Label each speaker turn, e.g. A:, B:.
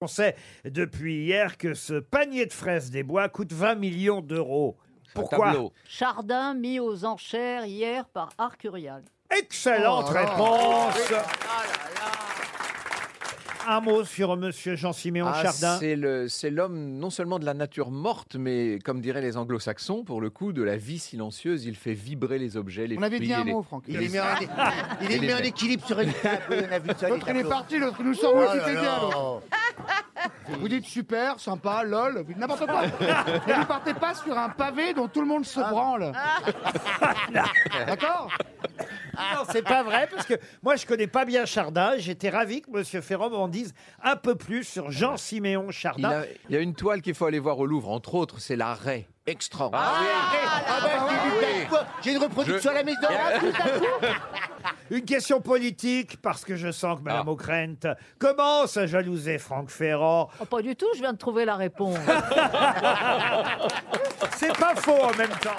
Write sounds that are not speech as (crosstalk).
A: On sait depuis hier que ce panier de fraises des bois coûte 20 millions d'euros. Pourquoi
B: tableau.
C: Chardin mis aux enchères hier par Arcurial.
A: Excellente
B: Oh là Ah là.
A: réponse Un mot sur Monsieur Jean-Siméon
B: Ah,
A: Chardin.
B: c'est le- c'est l'homme non seulement de la nature morte, mais comme diraient les anglo-saxons, pour le coup, de la vie silencieuse. Il fait vibrer les objets, les
D: On avait
B: fruits
D: dit un
B: et les-
D: mot, Franck.
B: et
D: Il
B: les-
D: est mis en-
B: il est mis en
D: équilibre sur une table. On a vu ça.
E: L'autre, il est parti, l'autre, il nous sort.
D: Oh
E: ouais,
D: là
E: c'était
D: là.
E: bien, l'autre. Vous dites super, sympa, lol, vous dites n'importe quoi. Mais vous partez pas sur un pavé dont tout le monde
D: Ah.
E: se
D: (laughs)
E: branle. D'accord
A: Ah Non, c'est pas vrai, parce que moi, je connais pas bien Chardin. J'étais ravi que Monsieur Ferrand m'en dise un peu plus
B: Ah
A: sur Jean-Siméon
B: Il,
A: Chardin.
B: a- il y a une toile qu'il faut aller voir au Louvre, entre autres, c'est la raie. Extraordinaire.
D: Ah bah, j'ai du blackboard. J'ai une reproduction à la maison. là, tout à coup.
A: Une question politique, parce que je sens que
B: Ah.
A: Mme O'Krent commence à jalouser Franck Ferrand.
C: Oh, pas du tout, je viens de trouver la réponse.
A: C'est pas faux en même temps.